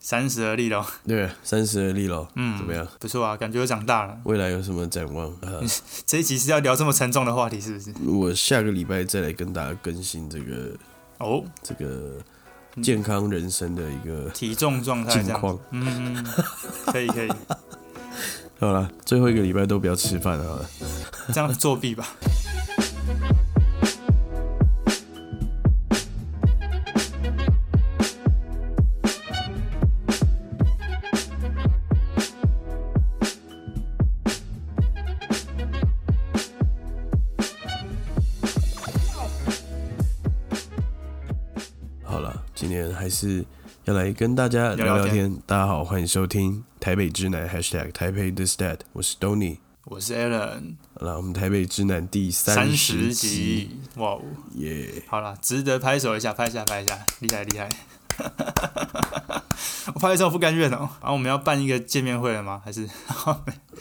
三十而立咯， 对，三十而立了，嗯，怎么样？不错啊，感觉我长大了。未来有什么展望？呃，这一集是要聊这么沉重的话题，是不是？我下个礼拜再来跟大家更新这个哦，这个健康人生的一个体重状态近嗯这样子况。。嗯，嗯嗯可以可以， 好了，最后一个礼拜都不要吃饭好了。这样作弊吧。好了，今天还是要来跟大家聊聊聊聊天天。大家好，欢迎收听台北之南 #hashtag 台北 the stat，我是 Tony。我是 Alan，好了，我们台北之南第三十十，集，哇哦！耶！好啦，值得拍手一下，拍一下，拍一下，厉害厉害！ 我拍的时候不甘愿哦。然、后我们要办一个见面会了吗？还是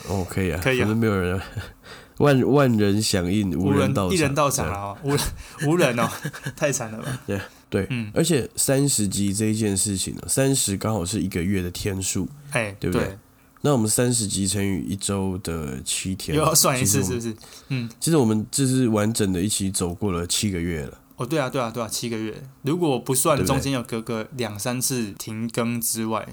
哦，可以啊，可以啊反正没有人， 万万人响应，无无人人到一人到场场了。哦，无人无人哦， 太惨了吧？对，嗯而且三十集这一件事情呢，三十刚好是一个月的天数，哎、对不对那我们三十集乘以一周的七天，又要算一次其实是我不们是？其实我们这是完整的一起走过了七个月了，哦，对啊，对啊，对啊，七个月，如果不算对不对中间有隔个两三次停更之外，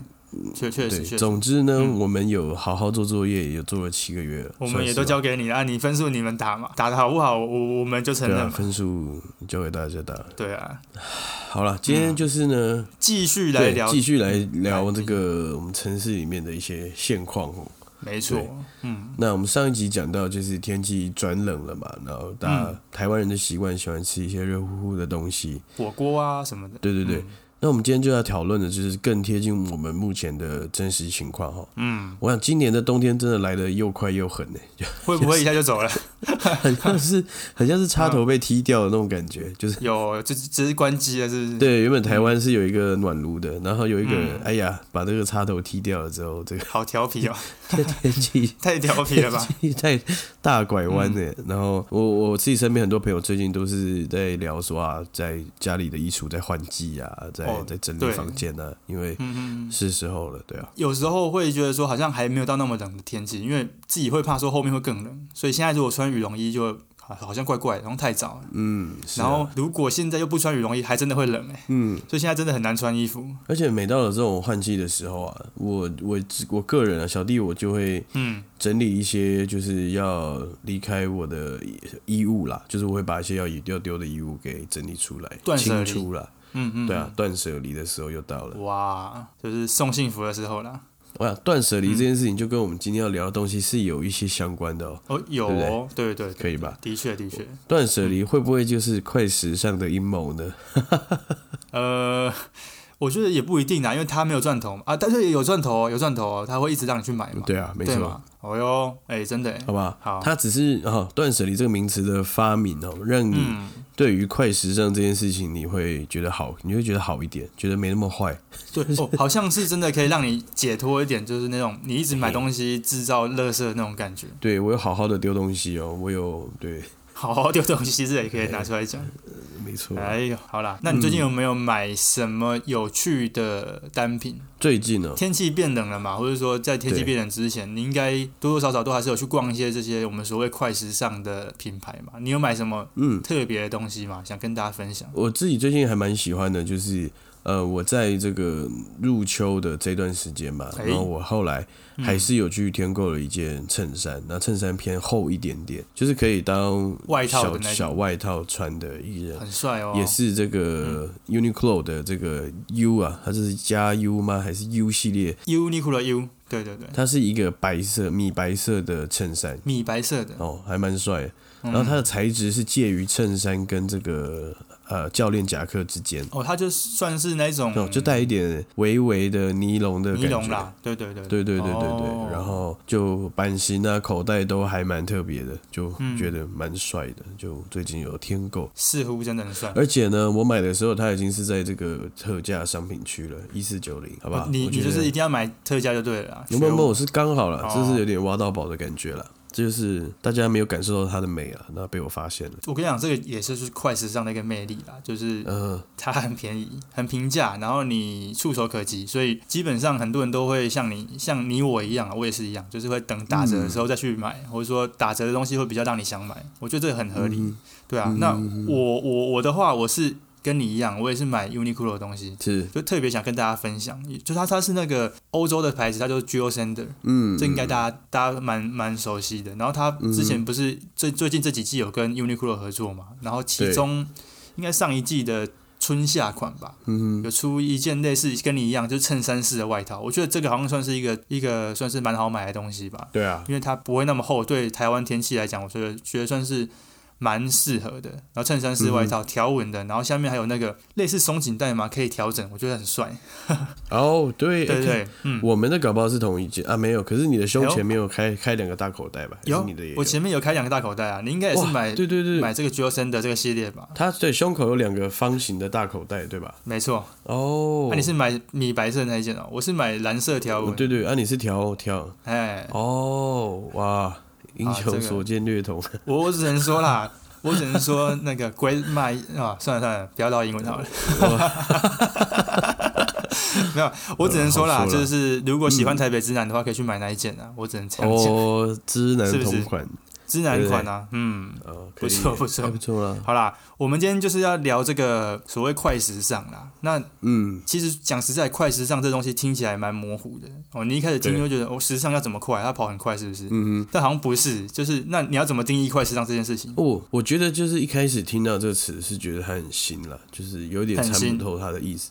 确确实，对确实，总之呢，嗯我们有好好做作业，也做了七个月了，我们也算是都吧交给你了，啊你分数你们打嘛，打的好不好，我我们就承对啊，认嘛。分数交给大家打。对啊，好了，今天就是呢，继续来对，聊，继续来聊这个我们城市里面的一些现况哦。没错对，嗯，那我们上一集讲到，就是天气转冷了嘛，然后大家、台湾人的习惯喜欢吃一些热乎乎的东西。火锅啊什么的，对对对，那我们今天就要讨论的就是更贴近我们目前的真实情况哈。嗯，我想今年的冬天真的来得又快又狠呢、欸会不会一下就走了？ 很像是很像是插头被踢掉的那种感觉，就是。有，就只只是关机了，是不是？，对，原本台湾是有一个暖炉的，然后有一个人，嗯哎呀，把这个插头踢掉了之后，这个好调皮 哦，天气 太调皮了吧？ 在大拐弯嗯呢、然后我我自己身边很多朋友最近都是在聊说啊，在家里的衣橱在换季啊，在、哦在整理对房间啊，因为嗯嗯，嗯是时候了，对啊，有时候会觉得说好像还没有到那么冷的天气，因为自己会怕说后面会更冷，所以现在如果穿羽绒衣就啊好像怪怪的，然后太早了。嗯，是啊然后如果现在又不穿羽绒衣，还真的会冷哎、嗯，所以现在真的很难穿衣服。而且每到了这种换季的时候啊，我我我个人啊，小弟我就会嗯，整理一些就是要离开我的衣物啦，就是我会把一些要要丢的衣物给整理出来，断舍清离出啦，嗯嗯，对啊，断舍离的时候又到了。哇，就是送幸福的时候啦。我想断嗯舍离这件事情，就跟我们今天要聊的东西是有一些相关的哦，哦，有哦，对对对，可以吧？的确的确，断舍嗯离会不会就是快时尚的阴谋呢？呃，我觉得也不一定啊，因为他没有赚头嘛，啊，但是也有赚头、哦，有赚头、哦，他会一直让你去买嘛，对啊，没对错，哦嘛？哦哟，哎、真的哎，好吧？好它只是哦，断舍离这个名词的发明哦，让你嗯，对于快时尚这件事情，你会觉得好，你会觉得好一点，觉得没那么坏。对 哦，好像是真的可以让你解脱一点，就是那种你一直买东西制造垃圾的那种感觉。对我有好好的丢东西哦，我有对，好好丢东西，其实也可以拿出来讲。没错。哎呦，好啦，那你最近有没有买什么有趣的单品？最近哦呢，天气变冷了嘛，或者说在天气对变冷之前，你应该多多少少都还是有去逛一些这些我们所谓快时尚的品牌嘛。你有买什么嗯，特别的东西吗？想跟大家分享。我自己最近还蛮喜欢的，就是呃，我在这个入秋的这段时间吧，哎嗯然后我后来还是有去添购了一件衬衫，那衬衫偏厚一点点，就是可以当外套的小那种小外套穿的一人。很帅哦，嗯也是这个 Uniqlo 的这个 U 啊，它是加 U 吗？还是 U 系列？ Uniqlo U，对对对，它是一个白色、米白色的衬衫，米白色的，哦，还蛮帅的。嗯然后它的材质是介于衬衫跟这个呃教练夹克之间，哦，它就算是那种哦，就带一点微微的尼龙的尼感龙觉。啦，对对对对对对对对，哦然后就版型啊、口袋都还蛮特别的，就嗯觉得蛮帅的，就最近有添购。似乎真的很帅。而且呢，我买的时候它已经是在这个特价商品区了，一四九零，好吧？哦你我觉你得就是一定要买特价就对了啦，有没有？学没有我我是刚好了，哦这是有点挖到宝的感觉了。这就是大家没有感受到它的美啊，那被我发现了。我跟你讲，这个也是就是快时尚的一个魅力啦，就是嗯，它很便宜、很平价，然后你触手可及，所以基本上很多人都会像你、像你我一样啊，我也是一样，就是会等打折的时候再去买，或者说打折的东西会比较让你想买，我觉得这个很合理，嗯对啊。那我我我的话，我是跟你一样，我也是买 Uniqlo 的东西。是，就特别想跟大家分享，就它它是那个欧洲的牌子，它就是 g e o s e n d e r 嗯，这应该大家大家蛮蛮熟悉的。然后他之前不是最最近这几季有跟 Uniqlo 合作嘛，然后其中应该上一季的春夏款吧，嗯有出一件类似跟你一样就是衬衫式的外套，我觉得这个好像算是一个一个算是蛮好买的东西吧，对啊，因为它不会那么厚，对台湾天气来讲，我觉得觉得算是。蛮适合的，然后衬衫式嗯外套条纹的，然后下面还有那个类似松紧带嘛，可以调整，我觉得很帅。哦，对，对对哎看对，嗯，我们的搞不好是同一件啊，没有，可是你的胸哎呦前面有开开两个大口袋吧？还是你的也有我前面有开两个大口袋啊，你应该也是哇买对对对，买这个 g e o s e n 的这个系列吧？它对胸口有两个方形的大口袋，对吧？没错，哦那、，啊你是买米白色那一件哦，我是买蓝色条哦纹。对对，啊，你是调调哎，哦，哇，英啊这雄个所见略同，我我只能说啦， 我只能说那个 Great m i 啊，算了算了，不要唠英文好了。 没有，我只能说啦，哦好说啦嗯就是如果喜欢台北之南的话，可以去买那一件啊，我只能这样讲。哦，知难是不是同款，之南款啊，嗯，哦，可不以错不错还不错啦，好啦，我们今天就是要聊这个所谓快时尚啦。那嗯，其实讲实在，快时尚这东西听起来蛮模糊的哦。你一开始听对就会觉得哦，时尚要怎么快？它跑很快是不是？嗯但好像不是，就是那你要怎么定义快时尚这件事情？哦，我觉得就是一开始听到这个词是觉得它很新了，就是有点很参新不透它的意思。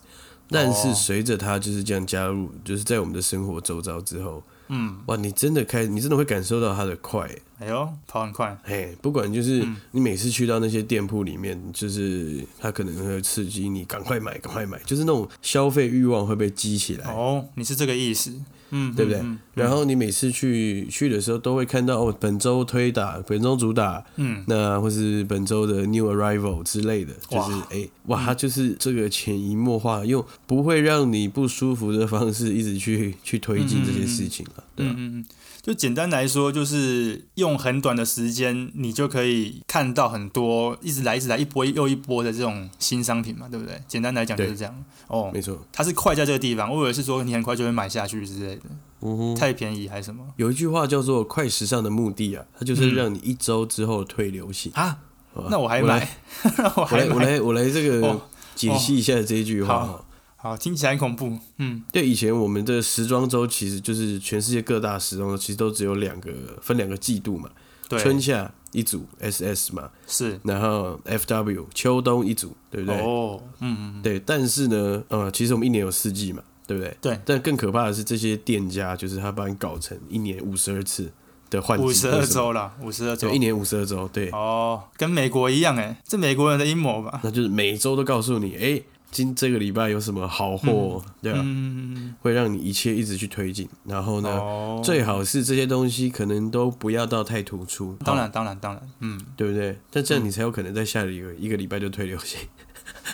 但是哦随着它就是这样加入，就是在我们的生活周遭之后，嗯，哇，你真的开，你真的会感受到它的快，哎呦，跑很快，嘿，不管就是嗯你每次去到那些店铺里面，就是它可能会刺激你赶快买，赶快买，就是那种消费欲望会被激起来。哦，你是这个意思，嗯，对不对嗯，然后你每次去去的时候，都会看到哦，本周推打，本周主打，嗯，那或是本周的 new arrival 之类的，就是哇哎哇，它就是这个潜移默化，用不会让你不舒服的方式，一直去 去推进这些事情了。对嗯啊，嗯嗯，就简单来说，就是用很短的时间，你就可以看到很多一直来一直来一波又一波的这种新商品嘛，对不对？简单来讲就是对这样。哦，啊没错。它是快在这个地方，我以为是说你很快就会买下去之类的，嗯哼，太便宜还是什么？有一句话叫做“快时尚的目的啊”，它就是让你一周之后退流行。啊，好吧 那我还买， 那我我还来，我来，我买。来，我来这个哦解析一下这一句话好哈。好，听起来很恐怖。嗯，对，以前我们的时装周其实就是全世界各大时装周，其实都只有两个，分两个季度嘛，对，春夏一组 SS 嘛，是然后 FW 秋冬一组，对不对？哦，嗯嗯，嗯对，但是呢，呃，其实我们一年有四季嘛，对不对？对但更可怕的是，这些店家就是他把你搞成一年五十二次的换季，五十二为什么，周啦，五十二周对，一，年五十二周，对，哦，跟美国一样哎，这美国人的阴谋吧？那就是每周都告诉你，哎，今这个礼拜有什么好货，对啊，嗯，会让你一切一直去推进，然后呢，哦，最好是这些东西可能都不要到太突出，当然当然当然，嗯，对不对？但这样你才有可能在下一个一个礼拜就退流行。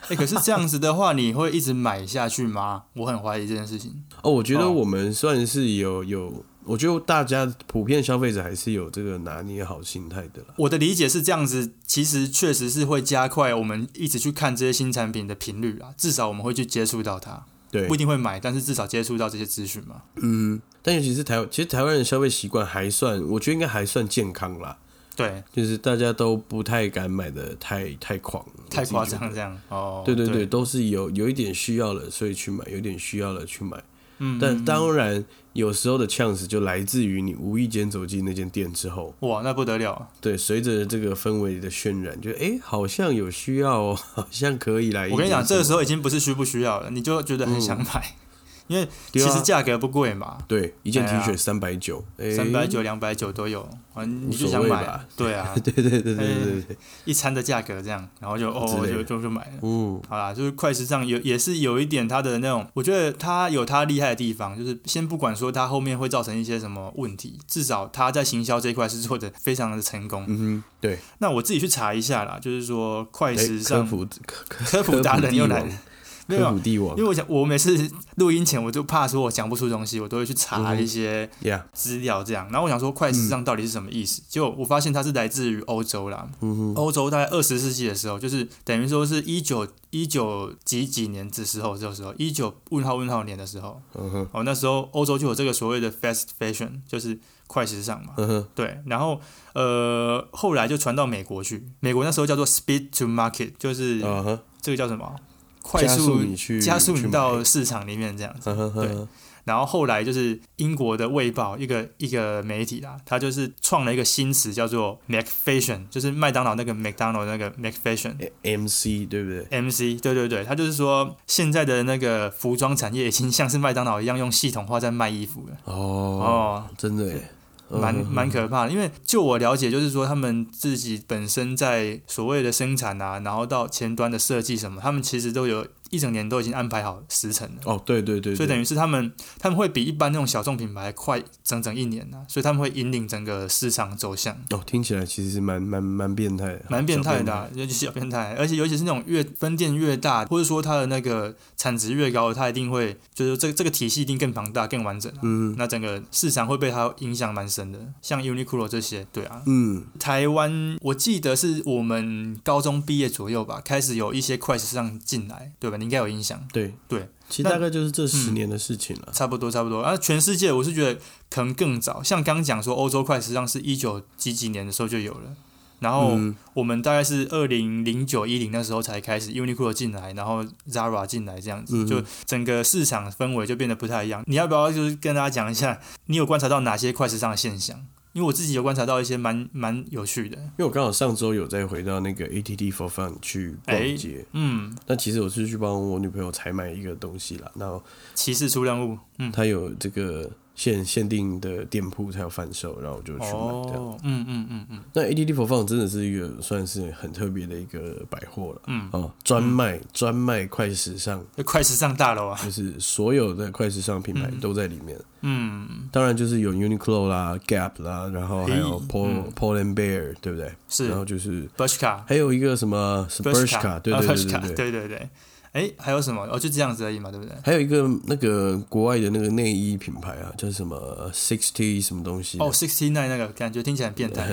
哎，可是这样子的话，你会一直买下去吗？我很怀疑这件事情。哦，我觉得哦我们算是有有，我觉得大家普遍消费者还是有这个拿捏好心态的啦。我的理解是这样子，其实确实是会加快我们一直去看这些新产品的频率啊，至少我们会去接触到它，对不一，定会买，但是至少接触到这些资讯嘛。嗯，但尤其是台，其实台湾人消费习惯还算，我觉得应该还算健康啦，对，就是大家都不太敢买的太太狂，太夸张了了。这样哦。对对对，，都是有有一点需要了，所以去买；有点需要了去买。嗯，但当然，有时候的呛死就来自于你无意间走进那间店之后，哇，那不得了！对，随着这个氛围的渲染，就哎、诶好像有需要哦， 好像可以来一点什么。我跟你讲，这个时候候已经不是需不需要了，你就觉得很想买， 因为嗯对其啊实价格不贵嘛，对一件 T 哎呀恤三百九，哎诶三百，九、两百九都有，啊，你就无所想谓买吧，对啊， 哎对对对对对对对，一餐的价格这样，然后就哦之，类就的就就买了。嗯，好啦，就是快时尚有也是有一点它的那种，我觉得它有它厉害的地方，就是先不管说它后面会造成一些什么问题，至少它在行销这一块是做的非常的成功。嗯哼，对，那我自己去查一下啦，就是说快诶时科尚普科科 科普达人又来科了普帝王，没有科普帝王因为我想，我每次录音前我就怕说我讲不出东西，我都会去嗯查一些，Yeah，资料这样。然后我想说快时嗯尚到底是什么意思？结果我发现它是来自于欧洲啦。嗯欧洲大概二十世纪的时候，就是等于说是一九一九几几年的时候，这个时候一九问号问号年的时候，嗯哼，哦，那时候欧洲就有这个所谓的 fast fashion，就是快时尚嘛。嗯哼，对，然后呃，后来就传到美国去，美国那时候叫做 speed to market，就是嗯哼，这个叫什么？快加速速你去加速去你买到市场里面这样子。嗯哼对哼，然后后来就是英国的《卫报》一个一个媒体啦，它就是创了一个新词叫做 “Mac Fashion”，就是麦当劳那个 McDonald 那个 Mac Fashion。 MC 对不对？ MC，对对对，他就是说现在的那个服装产业已经像是麦当劳一样用系统化在卖衣服了。哦，哦，真的耶，蛮嗯哼蛮可怕的，因为就我了解，就是说他们自己本身在所谓的生产啊，然后到前端的设计什么，他们其实都有一整年都已经安排好时辰了。哦，对对对，所以等于于是他们他们会比一般那种小众品牌快整整一年呢、所以他们会引领整个市场走向，哦，听起来其实是蛮蛮蛮变态的，蛮变态的、小啊，尤其是小变态，而且尤其是那种越分店越大，或者说它的那个产值越高，它一定会就是这这个体系一定更庞大、更完整、啊，嗯那整个市场会被它影响蛮深的，像 Uniqlo 这些，对啊，嗯，台湾，我记得是我们高中毕业左右吧，开始有一些快时尚进来，对吧？你应该有印象，对对，其实那嗯大概就是这十年的事情了。差不多差不多。啊，全世界我是觉得可能更早，像刚讲说欧洲快时尚是一九几几年的时候就有了，然后嗯我们大概是二零零九一零那时候才开始 Uniqlo 进来，然后 Zara 进来这样子，嗯就整个市场氛围就变得不太一样。你要不要就是跟大家讲一下，你有观察到哪些快时尚的现象？因为我自己有观察到一些蛮蛮有趣的，因为我刚好上周有再回到那个 ATT for Fun 去逛街，嗯，那其实我是去帮我女朋友采买一个东西啦，然后骑士出任务，嗯，她有这个限限定的店铺才有贩售，然后我就去买这样。哦，嗯嗯嗯嗯那 ATT for Fun 真的是一个算是很特别的一个百货了。嗯，哦，专卖专卖快时尚，就快时尚大楼啊，就是所有的快时尚品牌都在里面。嗯，当然就是有 Uniqlo 啦、Gap 啦，然后还有诶 Paul、嗯 Paul and Bear，对不对？是然后就是 Bershka 还有一个什么是 Bershka，对对对对对。哦对对对，哎，还有什么？哦，就这样子而已嘛，对不对？还有一个那个国外的那个内衣品牌啊，叫什么 Sixty 什么东西的啊哦，sixty nine 那个感觉听起来很变 态，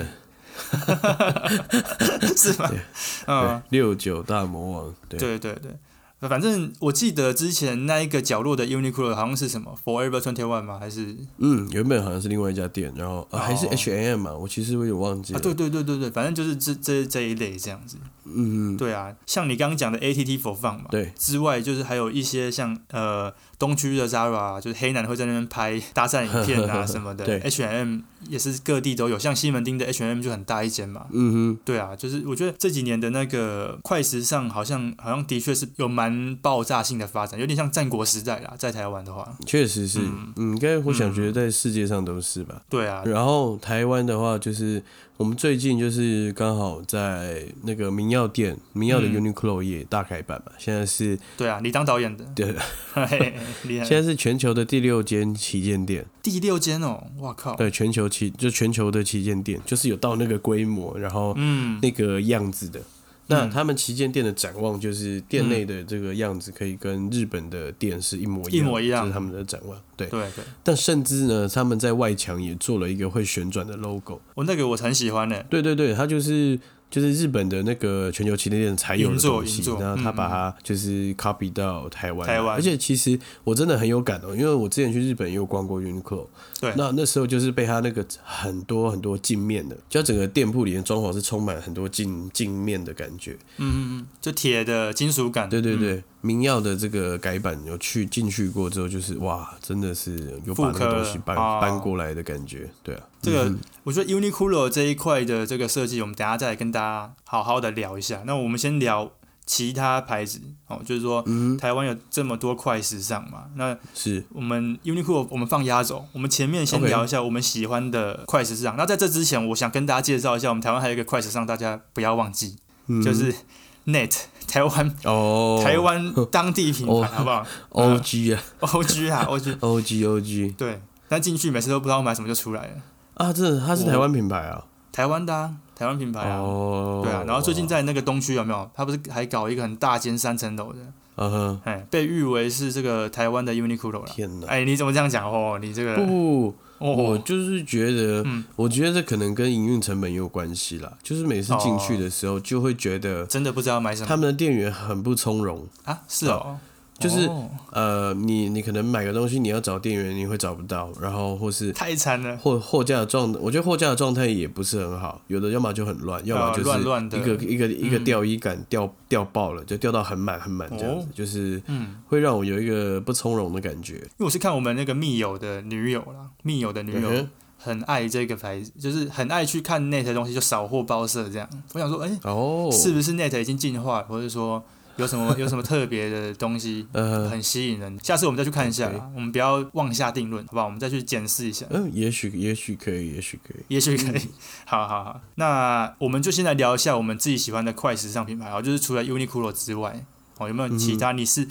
是吗？嗯，对，六九大魔王，对，对对对。反正我记得之前那一个角落的 Uniqlo 好像是什么 Forever Twenty One 吗？还是嗯，原本好像是另外一家店，然后、啊、还是哦 H&M 嘛，我其实我有点忘记啊？了，对对对对对，反正就是这这这一类这样子。嗯，对啊，像你刚刚讲的 ATT for fun 嘛，对之外就是还有一些像呃东区的 Zara，就是啊黑男会在那边拍搭讪影片 啊什么的对，H&M 也是各地都有，像西门町的 H&M 就很大一间嘛。嗯哼，对啊，就是我觉得这几年的那个快时尚，好像好像的确是有蛮爆炸性的发展，有点像战国时代啦，在台湾的话，确实是，嗯嗯，应该我想觉得在世界上都是吧，对啊，然后台湾的话，就是我们最近就是刚好在那个民耀店，民耀的嗯 Uniqlo 也大改版嘛，现在是对啊，李当导演的， 对，嘿 嘿厉害，现在是全球的第六间旗舰店，第六间哦，哇靠，对，全球旗就全球的旗舰店，就是有到那个规模，然后嗯，那个样子的。那嗯他们旗舰店的展望就是店内的这个样子可以跟日本的店是一模一一样，模一样这是他们的展望。对，对对，但甚至呢，他们在外墙也做了一个会旋转的 logo。我那个我很喜欢呢、对对对，它就是就是日本的那个全球旗舰店才有的东银西座银，座嗯然后它把它就是 copy 到台湾来。台湾而且其实我真的很有感哦，因为我之前去日本也有逛过 Uniqlo，对那那时候就是被它那个很多很多镜面的，就它整个店铺里面装潢是充满很多镜镜面的感觉。嗯嗯嗯，就铁的金属感，对对对，民耀的这个改版有去进去过之后，就是哇，真的是有把那复刻个了东西搬、哦搬过来的感觉。对啊，这个、嗯我觉得 Uniqlo 这一块的这个设计，我们等一下再来跟大家好好的聊一下。那我们先聊其他牌子哦，就是说、嗯台湾有这么多快时尚嘛，那是我们 Uniqlo 我们放压轴，我们前面先 OK 聊一下我们喜欢的快时尚。那在这之前，我想跟大家介绍一下，我们台湾还有一个快时尚，大家不要忘记，就是 Net 台湾。嗯哦，台湾当地品哦牌好不好 O G 啊？O G 啊，O G ，O G O G。对，但进去每次都不知道买什么就出来了。啊，真的，它是台湾品牌啊。台湾的、啊，台湾品牌啊，哦对啊。然后最近在在那个东区有没有？他不是还搞一个很大间三层楼的，嗯哼，哎，被誉为是这个台湾的 Uniqlo 了。天哪！哎，你怎么这样讲哦？你这个不，我哦，就是觉得，嗯我觉得这可能跟营运成本也有关系啦。就是每次进去的时候，就会觉得真的不知道买什他么们的店员很不从容。啊？是哦，就是哦呃，你你可能买个东西，你要找店员，你会找不到，然后或是太惨了。货货架的状，我觉得货架的状态也不是很好，有的要么就很乱，要么就是啊乱乱的嗯一个一个一个吊衣杆吊吊爆了，就吊到很满很满这样子，哦就是嗯，会让我有一个不从容的感觉。因为我是看我们那个密友的女友啦，密友的女嗯友哼很爱这个牌子，就是很爱去看 Net 的东西，就扫货包色这样。我想说，哎，哦，是不是 Net 已经进化了，或者说有什么有什么特别的东西 呃，很吸引人？下次我们再去看一下啦，我们不要妄下定论，好不好？我们再去检视一下。嗯，也许也许可以，也许可以。也许可以， 好好好，那我们就先来聊一下我们自己喜欢的快时尚品牌哦，就是除了 Uniqlo 之外，哦，有没有其他你是、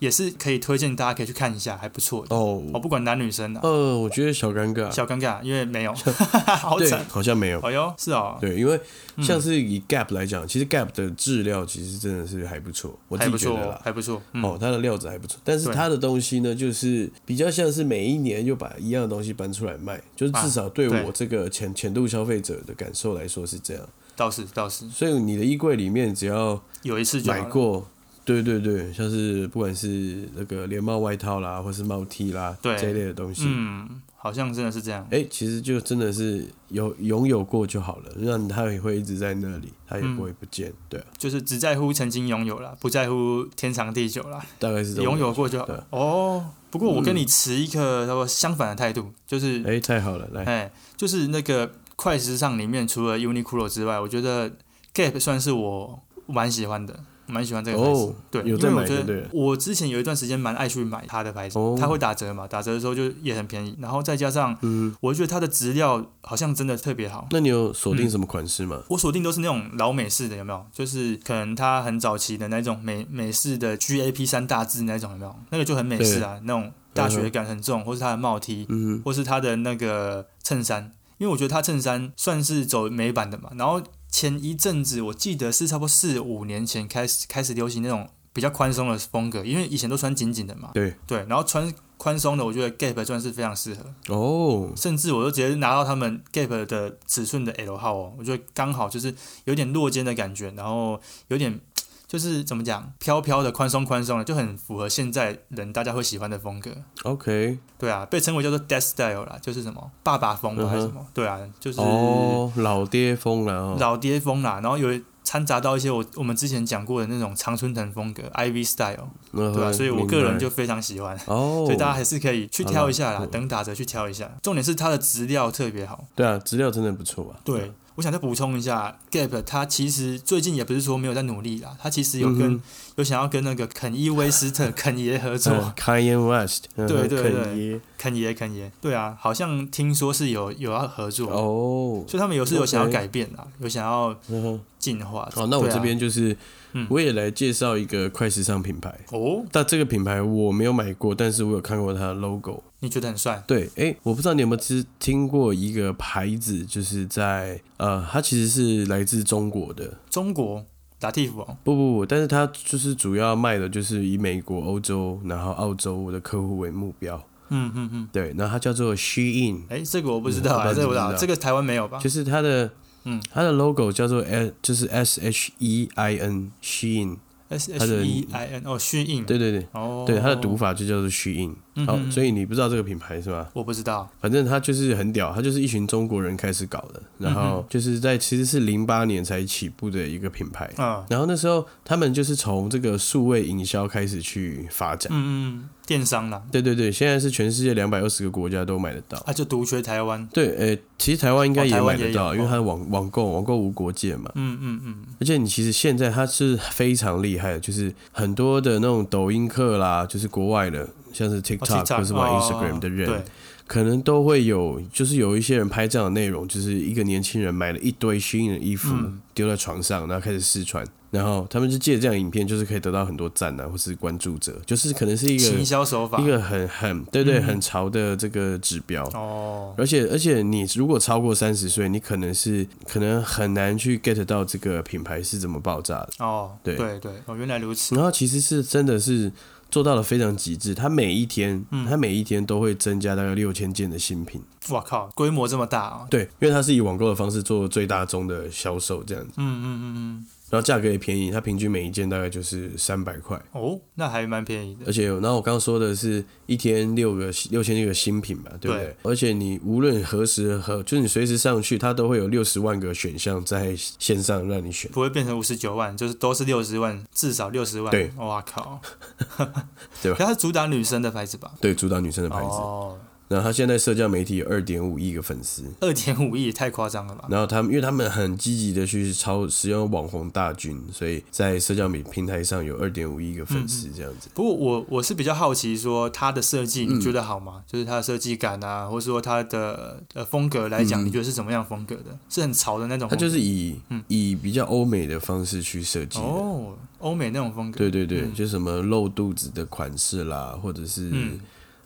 也是可以推荐大家可以去看一下，还不错的哦，哦，不管男女生的、呃，我觉得小尴尬，小尴尬，因为没有，好 对，惨，好像没有。哎呦，是哦，对，因为像是以 Gap 来讲，其实 Gap 的质量其实真的是还不错，我还自不己觉错得哦啦，。还不错，嗯，哦，它的料子还不错，但是对它的东西呢，就是比较像是每一年又把一样的东西搬出来卖，就是啊至少对对我这个浅浅度消费者的感受来说是这样。倒是倒是所以你的衣柜里面只要有一次就好买了，过，对对对，像是不管是那个连帽外套啦，或是帽 T 啦对这一类的东西，嗯，好像真的是这样，哎、其实就真的是有拥有过就好了，让它也会一直在那里，它也嗯不会不见，对啊，就是只在乎曾经拥有啦，不在乎天长地久啦。大概是这种拥有过就好对啊。哦，不过我跟你持一个他说相反的态度，就是哎、太好了，来，哎，就是那个快时尚里面，除了 Uniqlo 之外，我觉得 Gap 算是我蛮喜欢的，蛮喜欢这个牌子。哦对，有因在为买我觉就对得了我之前有一段时间蛮爱去买它的牌子哦，它会打折嘛，打折的时候就也很便宜，然后再加上嗯，我觉得它的质料好像真的特别好。那你有锁嗯定什么款式吗？我锁定都是那种老美式的，有没有？就是可能它很早期的那种美美式的 GAP 三大字那种，有没有？那个就很美式啊，那种大学感很重，或是它的帽 T，嗯或是它的那个衬衫，因为我觉得它衬衫算是走美版的嘛。然后前一阵子我记得是差不多四五年前开始开始流行那种比较宽松的风格，因为以前都穿紧紧的嘛。对对，然后穿宽松的，我觉得 Gap 算是非常适合。哦，甚至我就直接拿到他们 Gap 的尺寸的 L 号哦，我觉得刚好就是有点落肩的感觉，然后有点就是怎么讲，飘飘的、宽松宽松的，就很符合现在人大家会喜欢的风格。 OK，对啊，被称为叫做 Death Style 啦，就是什么爸爸风嗯吧哼还是什么？对啊，就是哦，老爹风了哦，老爹风啦，然后有掺杂到一些我我们之前讲过的那种常春藤风格 IV Style，嗯对啊，哼所以我个人就明非常喜欢。白哦，所以大家还是可以去挑一下好啦啦，等打折去挑一下。重点是它的质料特别好，对啊，资料真的不错啊，对，我想再补充一下，Gap 它其实最近也不是说没有在努力啦，它其实有跟、嗯有想要跟那个肯伊威斯 特肯爷合嗯作， Kanye West，嗯对对对肯耶肯爷肯爷，对啊，好像听说是有有要合作，哦，所以他们有是有 OK 想要改变啦，有想要嗯哼进化。好，那我对啊这边就是嗯我也来介绍一个快时尚品牌。哦，但这个品牌我没有买过，但是我有看过它的 logo。你觉得很帅？对，哎，我不知道你有没有知听过一个牌子，就是在呃，它其实是来自中国的，中国打替补哦，不不不，但是它就是主要卖的就是以美国、欧洲，然后澳洲的客户为目标。嗯嗯嗯，对，然后它叫做 Shein，哎、这个我不知道、嗯啊，这个我不知不知道，道这个台湾没有吧？就是它的嗯它的 logo 叫做 S，就是 S H E I N Shein。 S 它的 H E I N 哦，虚印，对对对，哦，对，它的读法就叫做 Shein。嗯好嗯，嗯所以你不知道这个品牌是吧？我不知道，反正他就是很屌，他就是一群中国人开始搞的，然嗯后就是在其实是零八年才起步的一个品牌，嗯然后那时候他们就是从这个数位营销开始去发展。嗯嗯，电商啦，对对对，现在是全世界两百二十个国家都买得到。啊，就独缺台湾。对，呃、其实台湾应该哦也台买湾得也到，有因为它的网网购网购无国界嘛。嗯嗯嗯，而且你其实现在它是非常厉害的，就是很多的那种抖音课啦，就是国外的，像是 TikTok 或是玩哦 Instagram 的人，对可能都会有，就是有一些人拍这样的内容，就是一个年轻人买了一堆虚拟的衣服嗯丢在床上，然后开始试穿，然后他们就借这样的影片，就是可以得到很多赞啊，或是关注者，就是可能是一行个销手法一个很很对对嗯很潮的这个指标。哦，而且而且你如果超过三十岁，你可能是可能很难去 get 到这个品牌是怎么爆炸的。哦，对对对，哦，原来如此，然后其实是真的是做到了非常极致，它每一天，嗯它每一天都会增加大概六千件的新品。哇靠，规模这么大哦，对，因为它是以网购的方式做最大宗的销售这样子，嗯嗯嗯然后价格也便宜，它平均每一件大概就是三百块。嗯，哦，那还蛮便宜的，而且，然后我刚刚说的是一天六个六千个新品吧，对不对？对而且你无论何时何，就是你随时上去，它都会有六十万个选项在线上让你选。不会变成五十九万，就是都是六十万，至少六十万。对，哇靠， 对可吧它是主打女生的牌子吧？对，主打女生的牌子。哦，然后他现在社交媒体有二点五亿个粉丝，二点五亿也太夸张了吧？然后他们因为他们很积极的去超使用网红大军，所以在社交媒体平台上有二点五亿个嗯粉丝这样子。不过我我是比较好奇，说它的设嗯计你觉得好吗？就是它的设计感啊，或者说它的呃风格来讲，你觉得是怎么样风格的？是很潮的那种嗯它风格，就是以、嗯以比较欧美的方式去设计的。哦，欧美那种风格。对对对，嗯就什么露肚子的款式啦，或者是、嗯，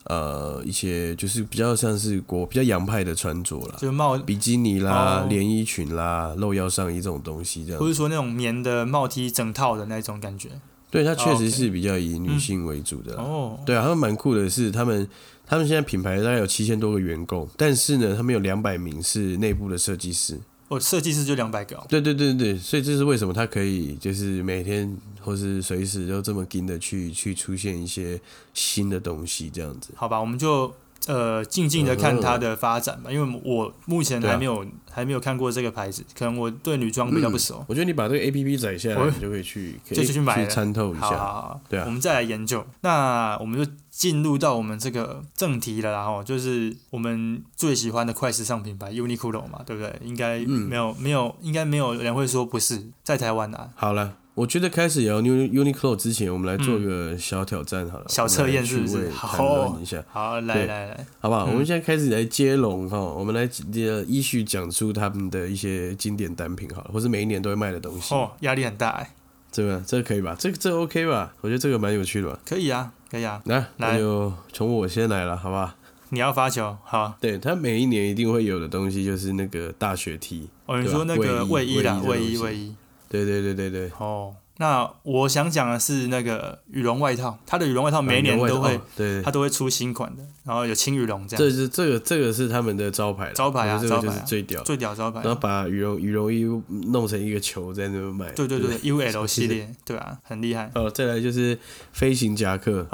呃一些就是比较像是国比较洋派的穿着啦，就是帽，比基尼啦、哦连衣裙啦、露腰上衣这种东西这样或子。者说那种棉的帽 T 整套的那种感觉。对，它确哦实，OK 是比较以女性为主的啦。哦，对啊，他们蛮酷的是，他们他们现在品牌大概有七千多个员工，但是呢，他们有两百名是内部的设计师。哦，设计师就两百个哦，对对对对，所以这是为什么他可以就是每天或是随时都这么盯的去去出现一些新的东西这样子。好吧，我们就呃静静的看它的发展吧，因为我目前嗯对啊嗯还没有、还没有看过这个牌子，可能我对女装比较不熟。我觉得你把这个 A P P 载下来，我你就可以去可以就去买了参透一好好下。好好，对啊我们再来研究。那我们就进入到我们这个正题了啦，吼，就是我们最喜欢的快时尚品牌 Uniqlo 嘛，对不对？应该没嗯有、没有，应该没有人会说不是，在台湾啊，好了，我觉得开始聊 Uni- Uniqlo 之前，我们来做个小挑战好了，嗯小测验是不是我们来趣味好嗯谈论一下。好，来对来来，好不好？我们现在开始来接龙哈，我们来呃依序讲出他们的一些经典单品好了，或是每一年都会卖的东西，哦，压力很大哎、这个这个可以吧？这个这个 OK 吧？我觉得这个蛮有趣的吧。可以啊，可以啊，来，那来就从我先来了，好吧？你要发球，好，对，它每一年一定会有的东西就是那个大学 T，哦，你对吧啊说那个卫卫衣衣啦，卫卫衣衣这个东西卫衣，对对对对对，哦，那我想讲的是那个羽绒外套，它的羽绒外套每年啊都会哦，对它对，都会出新款的，然后有轻羽绒这这样，是这个这个是他们的招牌啦，招牌啊我觉得这个就招是牌啊最屌的，最屌招牌然。后把羽绒羽绒衣弄成一个球在那边卖，对对不对，UL 其系实列，对啊，很厉害。哦，再来就是飞行夹克，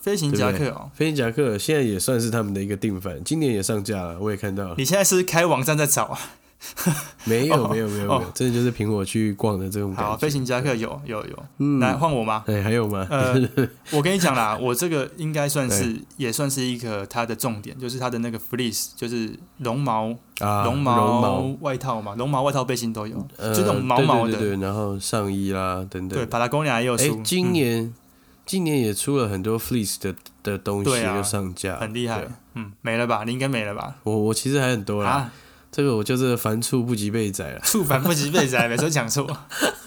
飞行夹克哦，飞行夹克现在也算是他们的一个定番，今年也上架了，我也看到了。你现在是不是开网站在找啊？没有，哦没有，没有，没有，真的就是凭我去逛的这种感好，觉。飞行夹克有有有，嗯，来换我吗？哎，还有吗？ 呃，我跟你讲啦，我这个应该算是也算是一个它的重点，就是它的那个 fleece，就是绒毛啊，绒绒毛，外套嘛，绒毛外套背心都有，呃，就这种毛毛对对的。对对，然后上衣啦等对，等。帕拉贡尼亚也有哎出，，今嗯年今年也出了很多 fleece 的的东西对啊就上架，很厉害对。嗯，没了吧？你应该没了吧？我我其实还很多啦，啊，这个我就是烦醋不及被宰了。触犯不及被宰，每次都讲错。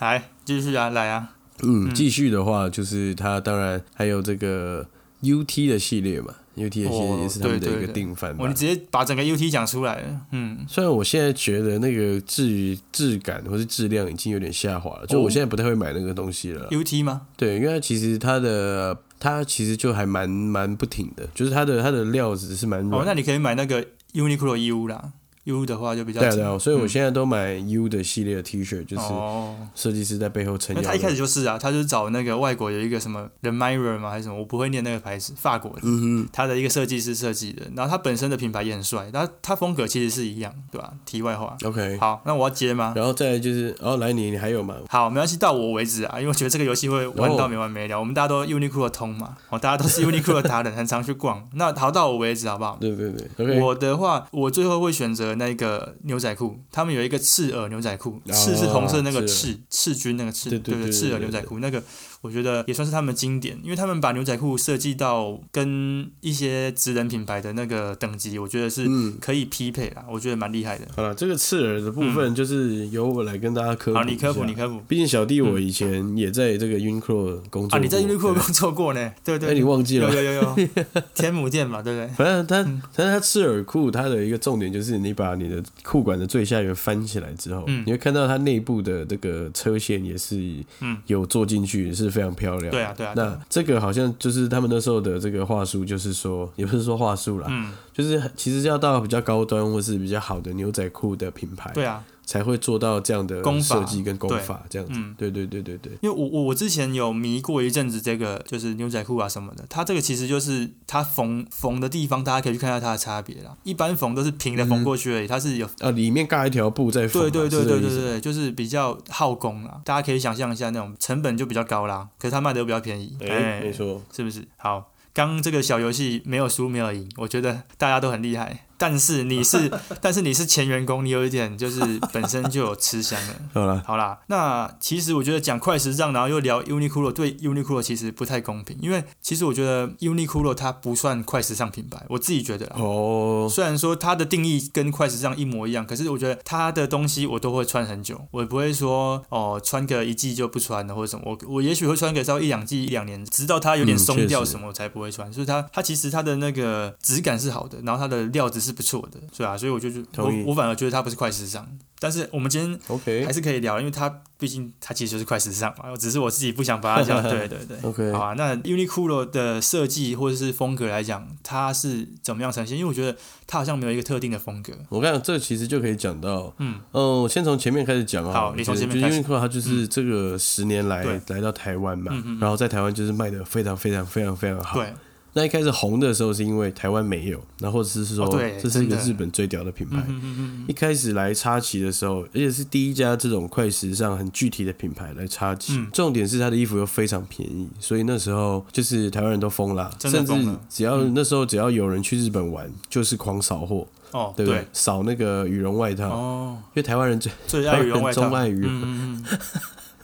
来，继续啊，来啊，嗯，继续的话就是它当然还有这个 UT 的系列嘛，UT 的系列也是他们的哦对一对对个定番嘛。我你直接把整个 UT 讲出来了。嗯，虽然我现在觉得那个质质感或是质量已经有点下滑了，哦就我现在不太会买那个东西了啦。 UT 吗？对，因为它其实它的它其实就还蛮蛮不挺的，就是它的它的料子是蛮哦软，的。那你可以买那个 Uniqlo U 啦，U 的话就比较对啊紧对啊，所以我嗯现在都买 U 的系列的 T 恤，就是哦，设计师在背后撑因腰为他一的。开始就是啊，他就是找那个外国有一个什么 The Mirror 嘛还是什么，我不会念那个牌子，法国的，嗯哼，他的一个设计师设计的，然后他本身的品牌也很帅，他他风格其实是一样，对吧、题外话， OK，好，那我要接吗？然后再来就是哦，来你你还有吗？好，没关系，到我为止啊，因为我觉得这个游戏会玩到没完没了。我们大家都 Uniqlo 通嘛，哦，大家都是 Uniqlo 达人，很常去逛。那好，到我为止好不好？对对对，OK，我的话，我最后会选择那个牛仔裤，他们有一个赤耳牛仔裤，哦赤是红色那个赤赤，赤军那个赤，对对对对对赤耳牛仔裤那个，我觉得也算是他们经典，因为他们把牛仔裤设计到跟一些职人品牌的那个等级，我觉得是嗯可以匹配啦，我觉得蛮厉害的。好了，这个刺耳的部分就是由我来跟大家科普。好，你科普，你。科普嗯毕竟小弟我以前也在这个 Uniqlo 工作啊，你在过 Uniqlo 工对作过呢？对哎，对嗯你忘记了有吗？有有有，天母店嘛，对 不对？反正它，反正它刺耳裤，它的一个重点就是你把你的裤管的最下缘翻起来之后，嗯你会看到它内部的这个车线也是嗯有做进去，也是非常漂亮。对啊对啊对那啊这个好像就是他们那时候的这个话术，就是说，也不是说话术啦，嗯，就是其实要到比较高端或是比较好的牛仔裤的品牌，对啊，才会做到这样的工法设计跟工对法这样子。嗯对对对对对，因为我我我之前有迷过一阵子这个就是牛仔裤啊什么的，它这个其实就是它缝缝的地方，大家可以去看一下它的差别啦。一般缝都是平的缝过去而已，它是有。啊，里面尬一条布再缝嘛，对对对是这个对意对思对吗，对，就是比较耗工啦，大家可以想象一下那种成本就比较高啦，可是它卖的又比较便宜，哎，哎没错。是不是？好，刚这个小游戏没有输没有赢，我觉得大家都很厉害。但是你是， 但是你是前员工，你有一点就是本身就有吃香了。好了，好啦，那其实我觉得讲快时尚，然后又聊 Uniqlo，对 Uniqlo 其实不太公平，因为其实我觉得 Uniqlo 它不算快时尚品牌，我自己觉得啦。哦，虽然说它的定义跟快时尚一模一样，可是我觉得它的东西我都会穿很久，我也不会说哦穿个一季就不穿了或者什么，我我也许会穿个稍微一两季一两年，直到它有点嗯松掉确实什么我才不会穿。所以它它其实它的那个质感是好的，然后它的料子是不错的，是吧、啊？所以我就觉得我同意我反而觉得它不是快时尚，但是我们今天。还 OK 是可以聊，因为它毕竟它其实就是快时尚嘛，只是我自己不想把它 讲。对对对。 OK，好啊，那 Uniqlo 的设计或者是风格来讲，它是怎么样呈现？因为我觉得它好像没有一个特定的风格。我看这其实就可以讲到，嗯，哦，先从前面开始讲啊。好我你觉从得前面就开是始嗯 Uniqlo 它就是这个十年来对来到台湾嘛嗯，然后在台湾就是卖的非常非常非常非常好。对，那一开始红的时候是因为台湾没有，然后或者是说哦对这是一个真的日本最屌的品牌嗯。嗯嗯一开始来插旗的时候，而且是第一家这种快时尚很具体的品牌来插旗。嗯重点是它的衣服又非常便宜，所以那时候就是台湾人都疯啦，真的甚至疯了嗯只要、那时候只要有人去日本玩，就是狂扫货，哦，对不对？扫那个羽绒外套，哦，因为台湾人最最爱羽绒外套，钟爱羽绒嗯嗯嗯，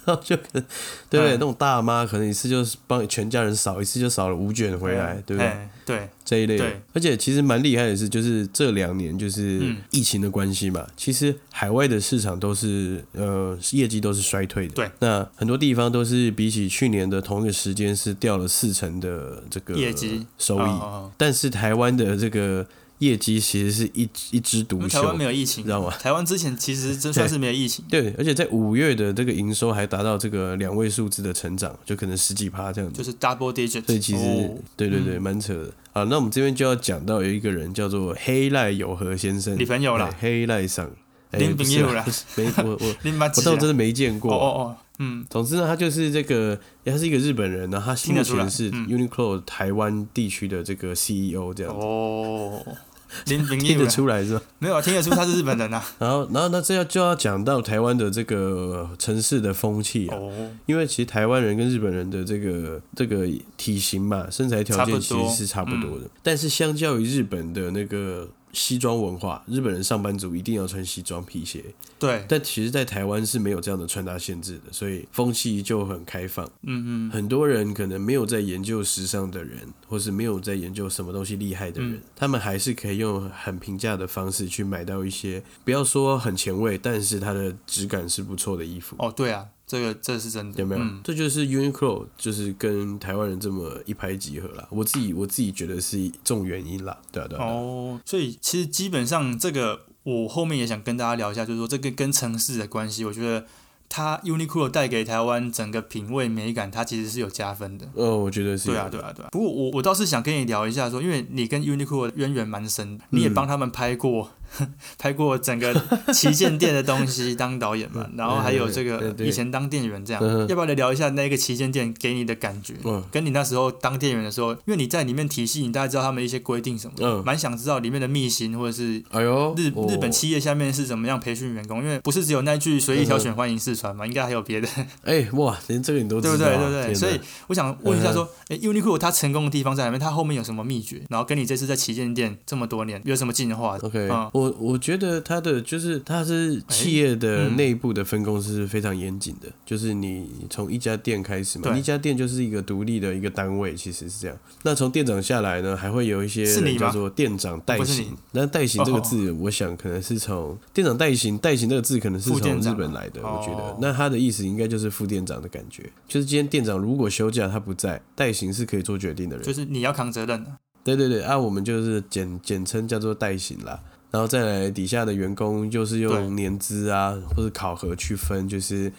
然后就可能对不对？嗯那种大妈可能一次就是帮全家人扫，一次就扫了五卷回来，对不对？哎对，这一类的对。而且其实蛮厉害的是，就是这两年就是嗯疫情的关系嘛，其实海外的市场都是呃业绩都是衰退的。对，那很多地方都是比起去年的同一个时间是掉了四成的这个业绩收益，哦哦但是台湾的这个业绩其实是一一枝因独为台湾秀没。有疫你情知，道吗？台湾之前其实真算是没有疫情，对，而且在五月的这个营收还达到这个两位数字的成长，就可能十几趴这样子就。是 double digit，所以其实、哦对对对，蛮扯的。好，那我们这边就要讲到有一个人叫做黑赖友和先生，你朋友啦对，黑赖上，哎林不朋是友啊啦 不是没我 我你妈我几倒啊？真的没见哦过。哦哦，嗯，总之呢，他就是这个，他是一个日本人，然后他听目得出来前是嗯 Uniqlo 台湾地区的这个 CEO 这样子，哦，林朋听友得啦，出来是啊吧？没有听得出他是日本人啊呐。然后，然后那这要就要讲到台湾的这个城市的风气啊，哦，因为其实台湾人跟日本人的这个这个体型嘛，身材条件其差不实多嗯是差不多的，但是相较于日本的那个西装文化，日本人上班族一定要穿西装皮鞋，对，但其实，在台湾是没有这样的穿搭限制的，所以风气就很开放。嗯嗯，很多人可能没有在研究时尚的人，或是没有在研究什么东西厉害的人，嗯他们还是可以用很平价的方式去买到一些不要说很前卫，但是它的质感是不错的衣服。哦，对啊，这个这是真的，有没有？嗯这就是 Uniqlo 就是跟台湾人这么一拍即合啦。我自己我自己觉得是重原因啦，对啊对啊。对啊哦，所以其实基本上这个，我后面也想跟大家聊一下，就是说这个跟城市的关系，我觉得它 Uniqlo 带给台湾整个品味美感，它其实是有加分的。哦，我觉得是对啊，对啊，对啊。不过我我倒是想跟你聊一下说因为你跟 Uniqlo 的渊源蛮深的，你也帮他们拍过、嗯 拍过整个旗舰店的东西，当导演 嘛，然后还有这嗯对个对以前当店员这样，嗯要不要来聊一下那个旗舰店给你的感觉？嗯跟你那时候当店员的时候，因为你在里面体系，你大概知道他们一些规定什么的，嗯蛮想知道里面的秘辛或者是。哎呦，啊日我日本企业下面是怎么样培训员工？因为不是只有那句随意挑选欢迎试穿嘛，应该还有别的。哎哇，连这个你都知对道啊、不对？对不对？天哪所以我想问一下说，嗯诶 u n i q l o 它成功的地方在哪边？它后面有什么秘诀？然后跟你这次在旗舰店这么多年有什么进化 OK，、嗯我我我觉得它的就是它是企业哎的嗯内部的分工是非常严谨的，就是你从一家店开始嘛，对一家店就是一个独立的一个单位，其实是这样。那从店长下来呢，还会有一些是你人叫吗哦做店长代不是行你。那代行这个哦字，我想可能是从店长代行，代行这个字可能是副从店日长本啊来的，我觉得哦。那他的意思应该就是副店长的感觉，就是今天店长如果休假他不在，代行是可以做决定的人就。是你要扛责任的，对对对，啊，我们就是简简称叫做代行啦。然后再来底下的员工，就是对用年资啊，或者考核去分，就是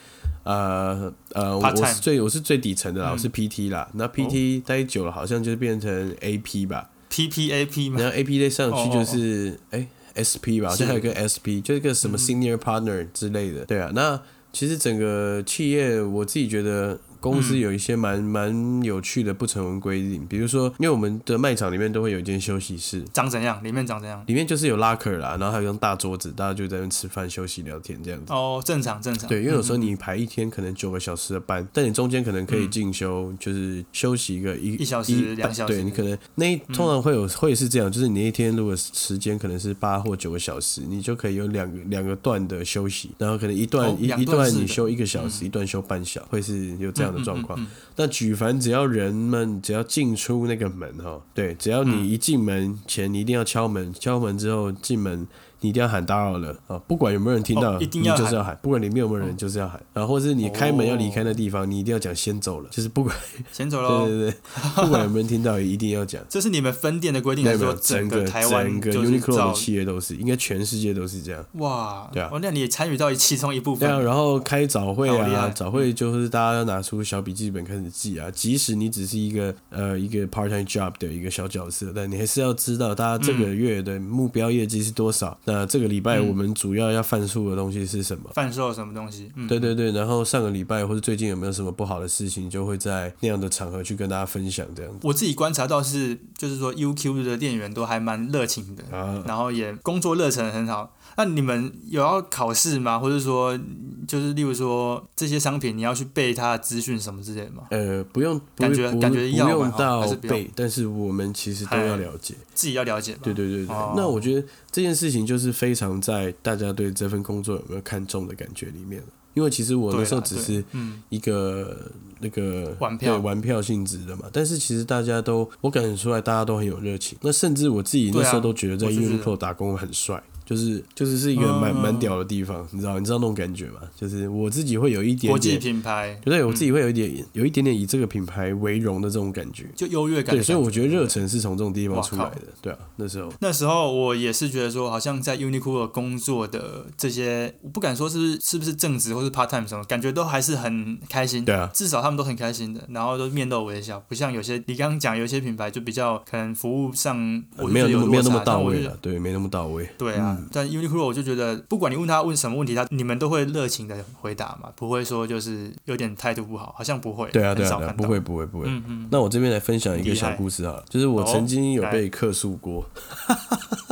呃呃，我 Part 我 time 是最我是最底层的嗯啦，哦我是 PT 啦。那 PT 待久了，好像就变成 AP 吧， PPAP 嘛 然，后 AP 再上去哦哦就哦是哎 SP 吧，好像是嗯还有个 SP，就是个什么 Senior Partner 之类的。对啊，那其实整个企业我自己觉得。公司嗯有一些蛮蛮有趣的不成文规定，比如说，因为我们的卖场里面都会有一间休息室，长怎样，里面长怎样。里面就是有 locker 啦，然后还有一张大桌子，大家就在那边吃饭、休息、聊天这样子。哦，正常正常。对，因为有时候嗯你排一天可能九个小时的班，但你中间可能可以进修，就是休息一个一一小时两小时嗯对你可能那一通常会有会是这样，就是你那一天如果时间可能是八或九个小时，你就可以有两个两个段的休息，然后可能一段、哦一两一段段式你的休一个小时，一段休半小，会是有这样的状况。嗯嗯嗯那举凡只要人们只要进出那个门哈，对，只要你一进门前你一定要敲门，敲门之后进门你一定要喊打扰了啊，不管有没有人听到，哦一定你要就是要喊，不管里面有没有人就是要喊，然后或是你开门要离开那地方，你一定要讲先走了，就是不管嗯先走对喽。对对，不管有没有人听到一定要讲。这是你们分店的规定，还代是表说整个台湾整个就是 Uniqlo 的照企业都是，应该全世界都是这样。哇？对啊哦，那你也参与到其中一部对分啊，。然后开早会好厉啊，害早会就是大家要拿出小笔记本开始记啊。即使你只是一个呃一个 part time job 的一个小角色，但你还是要知道大家这个月的目标业绩是多少。那这个礼拜我们主要要贩售的东西是什么？贩售什么东西？嗯，对对对，然后上个礼拜或者最近有没有什么不好的事情，就会在那样的场合去跟大家分享这样子我自己观察到是，就是说 UQ 的店员都还蛮热情的，啊。然后也工作热忱很好。那你们有要考试吗？或者说，就是例如说这些商品你要去背它的资讯什么之类的吗？呃，不用，不感觉不感觉要不吧用哦到还是不用背，但是我们其实都要了解。自己要了解吧。对对对对，哦那我觉得这件事情就是非常在大家对这份工作有没有看重的感觉里面了因为其实我对啦，那时候只是对嗯，一个那个玩票对玩票性质的嘛，但是其实大家都我感觉出来，大家都很有热情。那甚至我自己那时候对啊都觉得在我就觉得 Uniqlo 打工很帅。就是就是是一个蛮嗯蛮屌的地方，你知道你知道那种感觉吗？就是我自己会有一点国际点，品牌对，我自己会有一点有一点点以这个品牌为荣的这种感觉。就优越感。对，所以我觉得热忱是从这种地方哇出来靠的，对啊，那时候那时候我也是觉得说，好像在 Uniqlo 工作的这些，我不敢说是不是是不是正职或是 part time 什么，感觉都还是很开心。对啊至少他们都很开心的，然后都面露微笑，不像有些你刚刚讲有些品牌就比较可能服务上啊我呃没有那么没有那么到位了。了，嗯对，没那么到位。对啊，但 Uniqlo 我就觉得，不管你问他问什么问题，他你们都会热情的回答嘛，不会说就是有点态度不好，好像不会，对啊，对很啊，少对啊看到不，会，不会，不会。嗯嗯，那我这边来分享一个厉害小故事啊，就是我曾经有哦被客诉过，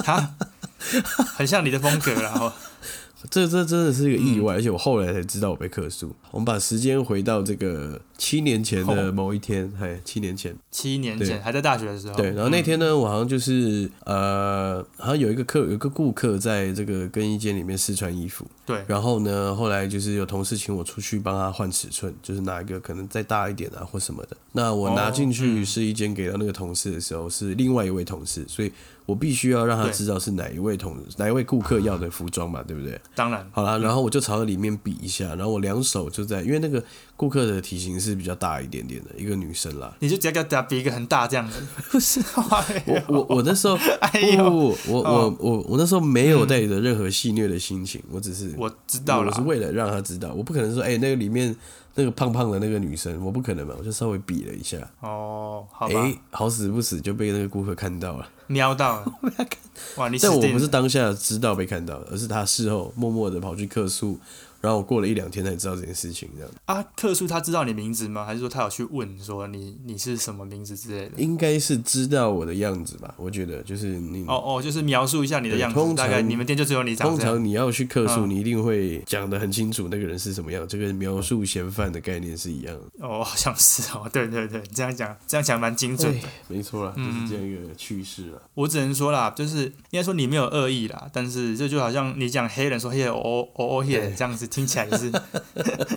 他 很像你的风格啦，哦然后这这真的是一个意嗯外，而且我后来才知道我被客诉。我们把时间回到这个七年前的哦某一天，嘿，七年前，七年对前还在大学的时候，对，然后那天呢，我好像就是呃，好像有一个客有一个顾客在这个更衣间里面试穿衣服，对，然后呢，后来就是有同事请我出去帮他换尺寸，就是拿一个可能再大一点啊或什么的。那我拿进哦嗯去试衣间给到那个同事的时候，是另外一位同事，所以我必须要让他对知道是哪一位同哪一位顾客要的服装嘛，对不对？当然好啦，然后我就朝着里面比一下，然后我两手就在，因为那个顾客的体型是比较大一点点的，一个女生啦。你就直接给他比一个很大这样子，不是，我我我那时候， 哎不呦，哦嗯不不，我我我我那时候没有带着任何戏谑的心情，我只是我知道我是了，为了让他知道，我不可能说，哎、那个里面那个胖胖的那个女生，我不可能嘛，我就稍微比了一下，哦，好哎、吧，好死不死就被那个顾客看到了，瞄到了，哇，你但死 我定不是了，当下知道被看到，而是他事后默默的跑去客诉，然后我过了一两天才知道这件事情，这样啊，客诉他知道你名字吗？还是说他有去问说你你是什么名字之类的？应该是知道我的样子吧？我觉得就是你哦哦，就是描述一下你的对样通子，大常概你们店就只有你长通这样。常你要去客诉，嗯你一定会讲得很清楚那个人是什么样，这跟描述嫌犯的概念是一样的。哦，好像是哦，对对对，这样讲这样讲蛮精准的。没错啦，就是这样一个趣事啦。我只能说啦，就是应该说你没有恶意啦，但是这就好像你讲黑人说 here 哦哦哦 here 这样子，听起来也是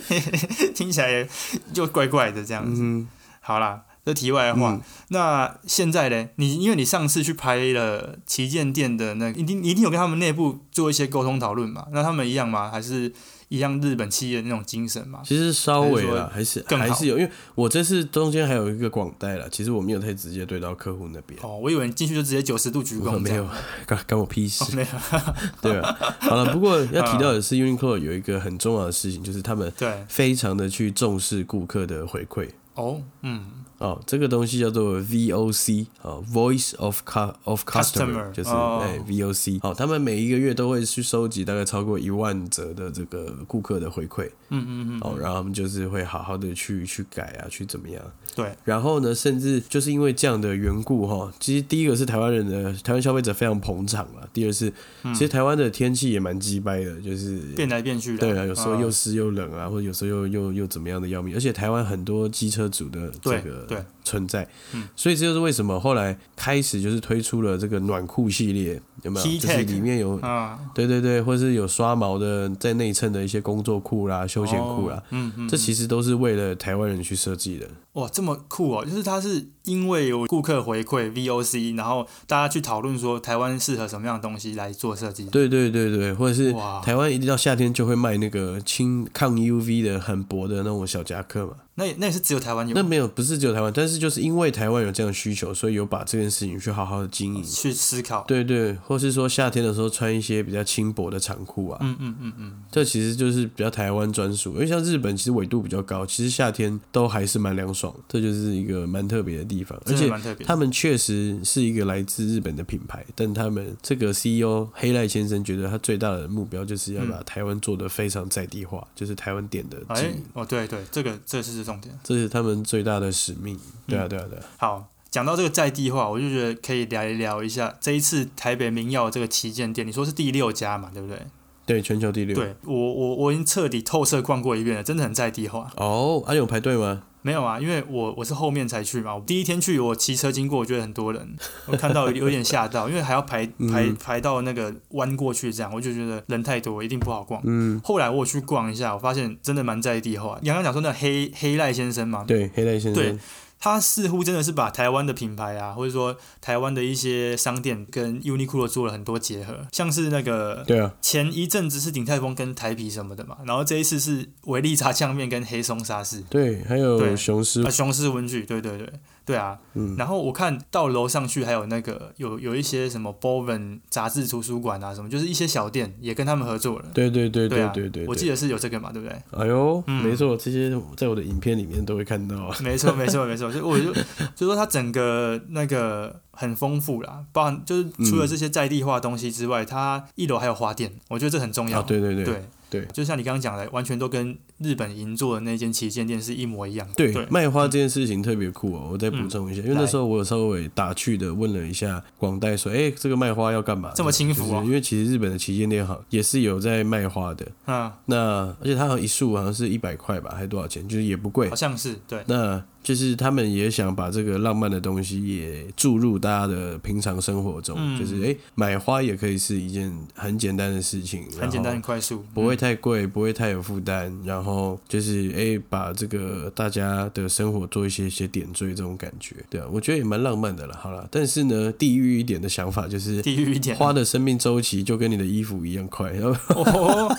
听起来也就怪怪的这样子。嗯，好啦，这题外话，那现在呢？你因为你上次去拍了旗舰店的那个，一定你一定有跟他们内部做一些沟通讨论嘛？那他们一样吗？还是一样日本企业的那种精神嘛？其实稍微啦，还还是更好还是有，因为我这次中间还有一个广带啦，其实我没有太直接对到客户那边。哦，我以为你进去就直接九十度鞠我躬，没这样有， 干干我屁事哦，没有， 对吧？好了，不过要提到的是，Uniqlo 有一个很重要的事情，就是他们对，非常的去重视顾客的回馈。哦，嗯，哦，这个东西叫做 VOC 哦 Voice of Cu- of Customer， Customer，就是哦哎 VOC。好，他们每一个月都会去收集大概超过一万则的这个顾客的回馈。嗯嗯嗯。哦，然后他们就是会好好的去去改啊，去怎么样？对，然后呢，甚至就是因为这样的缘故哈，其实第一个是台湾人的台湾消费者非常捧场了，第二是其实台湾的天气也蛮鸡掰的，就是变来变去的，对啊，有时候嗯又湿又冷啊，或者有时候又又又怎么样的要命，而且台湾很多机车族的这对个对嗯存在，所以这就是为什么后来开始就是推出了这个暖裤系列，有没有？ Heat 就是 Tech 里面有啊，对对对，或是有刷毛的在内衬的一些工作裤啦、休闲裤啦哦，嗯嗯，这其实都是为了台湾人去设计的。哇，这么酷哦！就是它是因为有顾客回馈 VOC，然后大家去讨论说台湾适合什么样的东西来做设计。对对对对，或者是哇台湾一定到夏天就会卖那个轻抗 UV 的很薄的那种小夹克嘛。那也那也是只有台湾有那没有，不是只有台湾，但是就是因为台湾有这样的需求，所以有把这件事情去好好的经营。去思考。对对，或是说夏天的时候穿一些比较轻薄的长裤啊，嗯嗯嗯嗯，这其实就是比较台湾专属。因为像日本其实纬度比较高，其实夏天都还是蛮凉爽，这就是一个蛮特别的地方。而真的且蛮特别的。他们确实是一个来自日本的品牌，但他们这个 CEO 黑赖先生觉得他最大的目标就是要把台湾做得非常在地化，就是台湾点的经嗯哎营，，哦，对对，这个这是重点。这是他们最大的使命。对嗯啊，对啊，对啊。好，讲到这个在地化，我就觉得可以聊一聊一下这一次台北民耀这个旗舰店，你说是第六家嘛，对不对？对，全球第六。对我我我已经彻底透彻逛过一遍了，真的很在地化。哦，啊，有排队吗？没有啊，因为我我是后面才去嘛，我第一天去我骑车经过，我觉得很多人， 我看到有有点吓到，因为还要排嗯排排到那个弯过去这样，我就觉得人太多，一定不好逛。嗯，后来我有去逛一下，我发现真的蛮在地化。刚刚讲说那黑黑赖先生嘛，对，黑带先对生。他似乎真的是把台湾的品牌啊，或者说台湾的一些商店跟 Uniqlo 做了很多结合，像是那个对啊，前一阵子是鼎泰丰跟台啤什么的嘛，然后这一次是维力炸酱面跟黑松沙士。对，对还有雄狮啊，，雄狮文具，对对对，对啊。嗯然后我看到楼上去还有那个有有一些什么 Boven 杂志图书馆啊，什么就是一些小店也跟他们合作了。对对对对啊，对对。我记得是有这个嘛，对不对？对。哎呦，嗯没错，这些在我的影片里面都会看到啊。没错，没错，没错。所以我就就说它整个那个很丰富啦，包含就是除嗯了这些在地化的东西之外，它一楼还有花店，我觉得这很重要。啊，对对对对对就像你刚刚讲的，完全都跟日本银座的那间旗舰店是一模一样的。对，嗯对，卖花这件事情特别酷哦。我再补充一下，因为来那时候我有稍微打趣的问了一下广代说，哎，这个卖花要干嘛？这么轻浮哦就是因为其实日本的旗舰店好也是有在卖花的，嗯，那而且它好像一束好像是一百块吧，还是多少钱？就是也不贵好。像是对。那就是他们也想把这个浪漫的东西也注入大家的平常生活中，嗯就是诶，买花也可以是一件很简单的事情，很简单，很，快速，不会太贵，不会太有负担，然后就是诶，把这个大家的生活做一些一些点缀，这种感觉，对啊，我觉得也蛮浪漫的了。好了，但是呢，地域一点的想 法就是。地狱一点。花的生命周期就跟你的衣服一样快，然 后哦，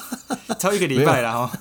超一个礼 拜啦哈，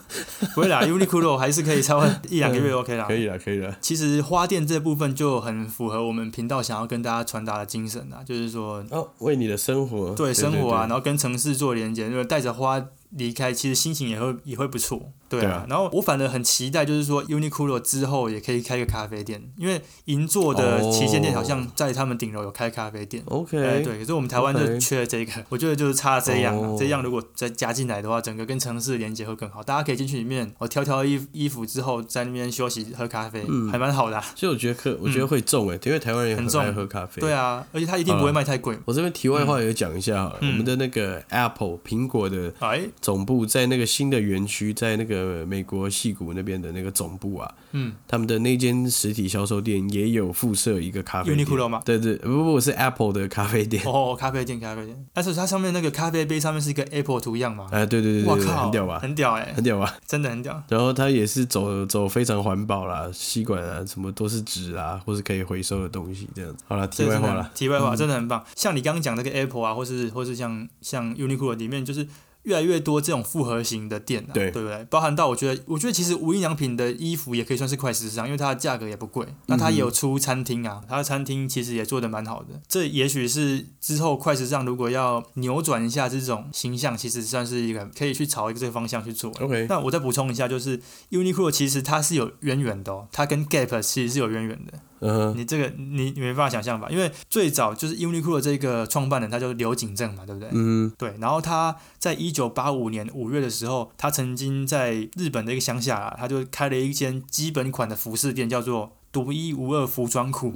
不 会啦，Uniqlo 还是可以超一两个月 OK 啦可。以了，可以了。其实花店这部分就很符合我们频道想要跟大家传达的精神啊，就是说哦，为你的生活，对生活啊，对然后跟城市做连接，就是带着花离开，其实心情也会也会不错，对对啊。啊然后我反而很期待，就是说 Uniqlo 之后也可以开个咖啡店，因为银座的旗舰店好像在他们顶楼有开咖啡店。 OK，、哎，对，可是我们台湾就 OK 缺了这个我觉得就是差这样啊哦这样如果再加进来的话，整个跟城市连接会更好。大家可以进去里面，我挑挑衣衣服之后，在那边休息喝咖啡，嗯还蛮好的啊、所以我觉得可，我觉得会中欸诶、因为台湾人也很很重爱喝咖啡。对啊，而且它一定不会卖太贵。我这边题外话也讲一下好了，嗯我们的那个 Apple 苹果的 哎，总部在那个新的园区，在那个美国戏谷那边的那个总部啊，嗯，他们的那间实体销售店也有附设一个咖啡店。 Uniqlo 吗对对，不不，是 Apple 的咖啡店。哦，咖啡店，咖啡店，但是它上面那个咖啡杯上面是一个 Apple 图样嘛？哎、对对对对我对，靠，很屌吧？很屌哎、很屌吧？真的很屌。然后它也是走走非常环保啦，吸管啊什么都是纸啊，或是可以回收的东西这样子。好了，题嗯这外真话的啦很，题外话真的很棒。像你刚刚讲那个 Apple 啊，或是或是像像 Uniqlo 里面，就是越来越多这种复合型的店、啊，对对不对？包含到我觉得，我觉得其实无印良品的衣服也可以算是快时尚，因为它的价格也不贵。那它也有出餐厅嗯啊，它的餐厅其实也做的蛮好的。这也许是之后快时尚如果要扭转一下这种形象，其实算是一个可以去朝一个这个方向去做。 OK，那我再补充一下，就是 Uniqlo 其实它是有渊源的哦，它跟 Gap 其实是有渊源的。嗯哼，你这个你你没办法想象吧？因为最早就是 Uniqlo 这个创办人，他叫刘景正嘛，对不对？嗯对，然后他在一九八五年五月的时候，他曾经在日本的一个乡下、啊，他就开了一间基本款的服饰店，叫做独一无二服装库。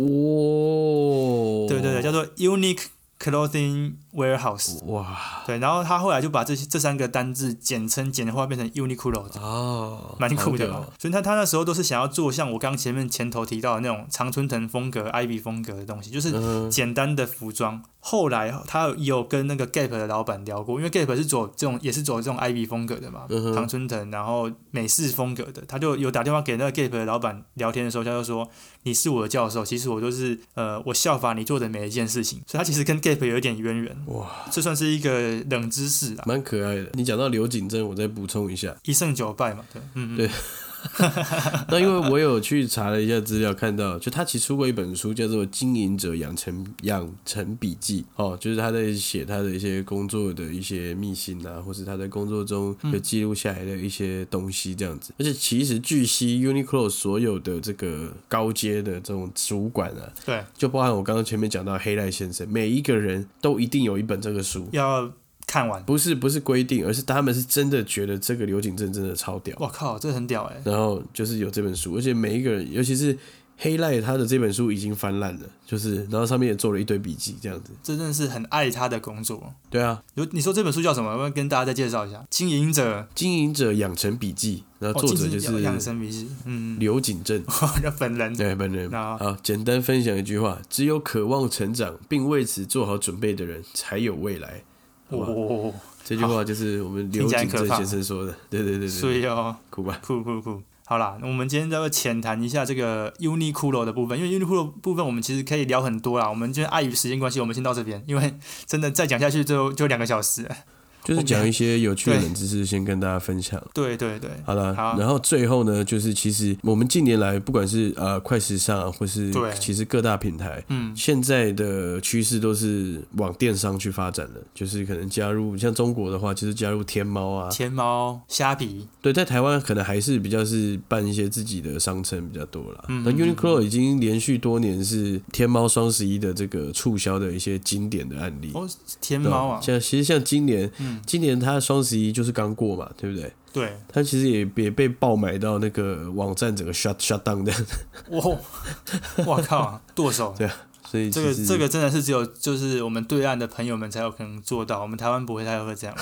哦，对对对，叫做 Unique Clothing Warehouse。哇对，然后他后来就把这些这三个单字简称简化，变成 Uniqlo 哦，蛮酷的好屌嘛哦。所以他他那时候都是想要做像我刚前面前头提到的那种常春藤风格、Ivy 风格的东西，就是嗯简单的服装。后来他有跟那个 Gap 的老板聊过，因为 Gap 是走这种也是走这种 Ivy 风格的嘛，嗯哼常春藤，然后美式风格的。他就有打电话给那个 Gap 的老板聊天的时候，他就说：“你是我的教授，其实我就是呃，我效法你做的每一件事情。”所以他其实跟 Gap 有一点渊源，哇，这算是一个冷知识啊，蛮可爱的。你讲到刘景正，我再补充一下。 一胜九败嘛，对，嗯，嗯对那因为我有去查了一下资料，看到就他其实出过一本书，叫做《经营者养成养成笔记》哦，就是他在写他的一些工作的一些秘辛啊，或是他在工作中有记录下来的一些东西这样子。而且其实据悉，Uniqlo 所有的这个高阶的这种主管啊，对，就包含我刚刚前面讲到黑赖先生，每一个人都一定有一本这个书。要看完。不是不是规定，而是他们是真的觉得这个刘景正真的超屌。我靠，这很屌哎、然后就是有这本书，而且每一个人，尤其是黑赖，他的这本书已经翻烂了，就是然后上面也做了一堆笔记，这样子。这真的是很爱他的工作。对啊，有你说这本书叫什么？我要跟大家再介绍一下，《经营者《经营者养成笔记》，然》后哦，作经者就营者养是生笔记，嗯， 刘景正。哎我的本人。对，本人那好，简单分享一句话：只有渴望成长并为此做好准备的人，才有未来。好吧哦，这句话就是我们刘听起来景很可正怕先生说的。对对对所对，以哦，酷吧？酷酷酷。好啦，那我们今天再浅谈一下这个 Uniqlo 的部分，因为 Uniqlo 部分我们其实可以聊很多啦。我们今天碍于时间关系，我们先到这边，因为 真的再讲下去就就两个小时了。就是讲一些有趣的冷知识，先跟大家分享。对对对，好了，好然后最后呢，就是其实我们近年来，不管是呃快时尚啊，或是对其实各大品牌，嗯，现在的趋势都是往电商去发展的，就是可能加入像中国的话，就是加入天猫啊，钱猫、虾皮，对，在台湾可能还是比较是办一些自己的商城比较多啦。嗯那 Uniqlo 已经连续多年是天猫双十一的这个促销的一些经典的案例。哦，天对吧猫啊，像其实像今年，嗯，今年它双十一就是刚过嘛，对不对？对，他其实也也被爆买到那个网站整个 shut shut down 的，哇，我哦靠，剁手， 所以这其个实这个真的是只有就是我们对岸的朋友们才有可能做到，我们台湾不会太会这 样。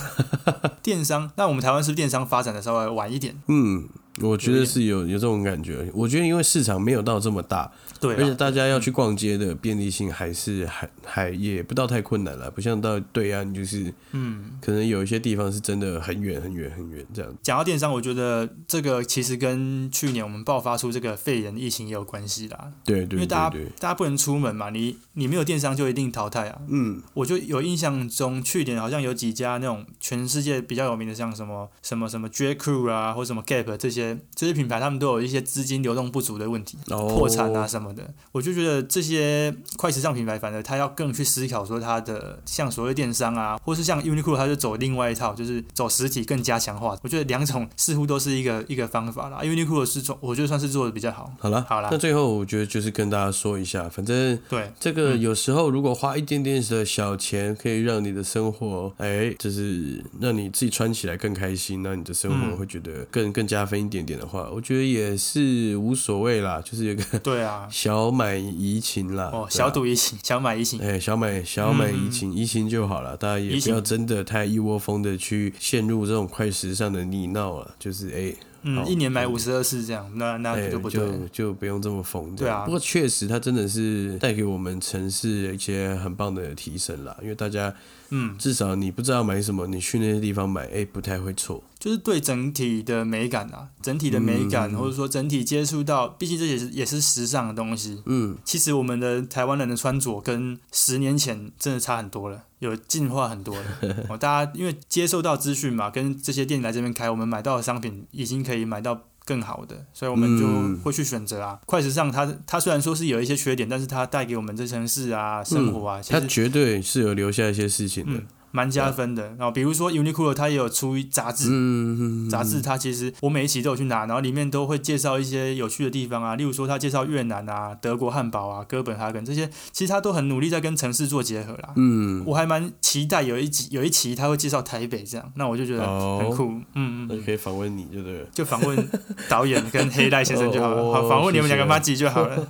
电商，那我们台湾是不是电商发展的稍微晚一点？嗯，我觉得是有有这种感觉。我觉得因为市场没有到这么大，对啊而且啦，大家要去逛街的便利性还是还还也不到太困难了，不像到对岸就是嗯，可能有一些地方是真的很远很远很远这样。讲到电商，我觉得这个其实跟去年我们爆发出这个肺炎疫情也有关系啦，对因对为对大家对，大家不能出门嘛，你你没有电商就一定淘汰啊。嗯，我就有印象中，去年好像有几家那种全世界比较有名的，像什么什么什么 J Crew 啊，或什么 Gap 这些些这些品牌他们都有一些资金流动不足的问题，哦破产啊什么的。我就觉得这些快时尚品牌，反而他要更去思考说他的像所谓电商啊，或是像 Uniqlo，他就走另外一套，就是走实体更加强化。我觉得两种似乎都是一个一个方法啦。Uniqlo 是做，我觉得算是做的比较好。好了，好啦那最后我觉得就是跟大家说一下，反正对，这个有时候如果花一点点的小钱，可以让你的生活，哎，就是让你自己穿起来更开心，让你的生活嗯会觉得更更加分一点点的话，我觉得也是无所谓啦，就是有个对啊，小买怡情啦，哦， 对啊小赌怡情，小买怡情，哎、小买小买怡情，怡情就好了，大家也怡不情要真的太一窝蜂的去陷入这种快时尚的泥淖了。就是哎好嗯，一年买五十二次这样，那那哎、就不对了。就就不用这么疯。对啊不过确实它真的是带给我们城市一些很棒的提升啦，因为大家嗯，至少你不知道买什么，你去那些地方买，哎、不太会错。就是对整体的美感啊，整体的美嗯感，或者说整体接触到，毕竟这也是也是时尚的东西。嗯，其实我们的台湾人的穿着跟十年前真的差很多了，有进化很多 了。哦，大家因为接受到资讯嘛，跟这些店来这边开，我们买到的商品已经可以买到。更好的，所以我们嗯就会去选择啊。快时尚它，它虽然说是有一些缺点，但是它带给我们这城市啊、生活啊，其它实绝对是有留下一些事情的。嗯蛮加分的。然后比如说 Uniqlo，它也有出一杂志，嗯，杂志它其实我每一期都有去拿，然后里面都会介绍一些有趣的地方啊，例如说它介绍越南啊、德国汉堡啊、哥本哈根这些，其实它都很努力在跟城市做结合啦。嗯我还蛮期待有一集有一期它会介绍台北这样，那我就觉得哦很酷，嗯嗯那嗯。可以访问你就对了。就访问导演跟黑带先生就好 哦了，好访问你们两个谢谢妈吉就好 了。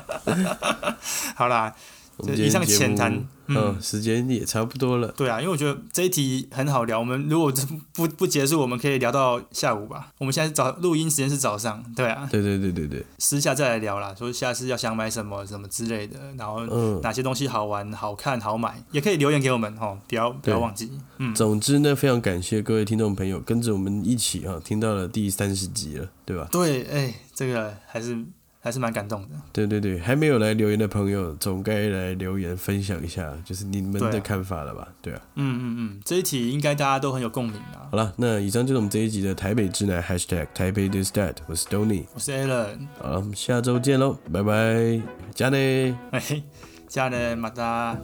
好啦，我这们以今天上节浅目谈，嗯，时间也差不多了。对啊，因为我觉得这一题很好聊。我们如果这不不结束，我们可以聊到下午吧。我们现在早录音时间是早上，对啊，对对对对对，私下再来聊啦。说下次要想买什么什么之类的，然后嗯。哪些东西好玩、好看、好买，也可以留言给我们哦，不要不对要忘记。嗯，总之呢，非常感谢各位听众朋友跟着我们一起啊，听到了第三十集了，对吧？对，哎，这个还是还是蛮感动的。对对对，还没有来留言的朋友，总该来留言分享一下，就是你们对的啊看法了吧？对啊。嗯嗯嗯，这一题应该大家都很有共鸣啊。好了，那以上就是我们这一集的台北之南 #hashtag 台北 this that，我是 Tony，我是 Alan，好了，我们下周见喽，拜拜，加内。哎，家人马达。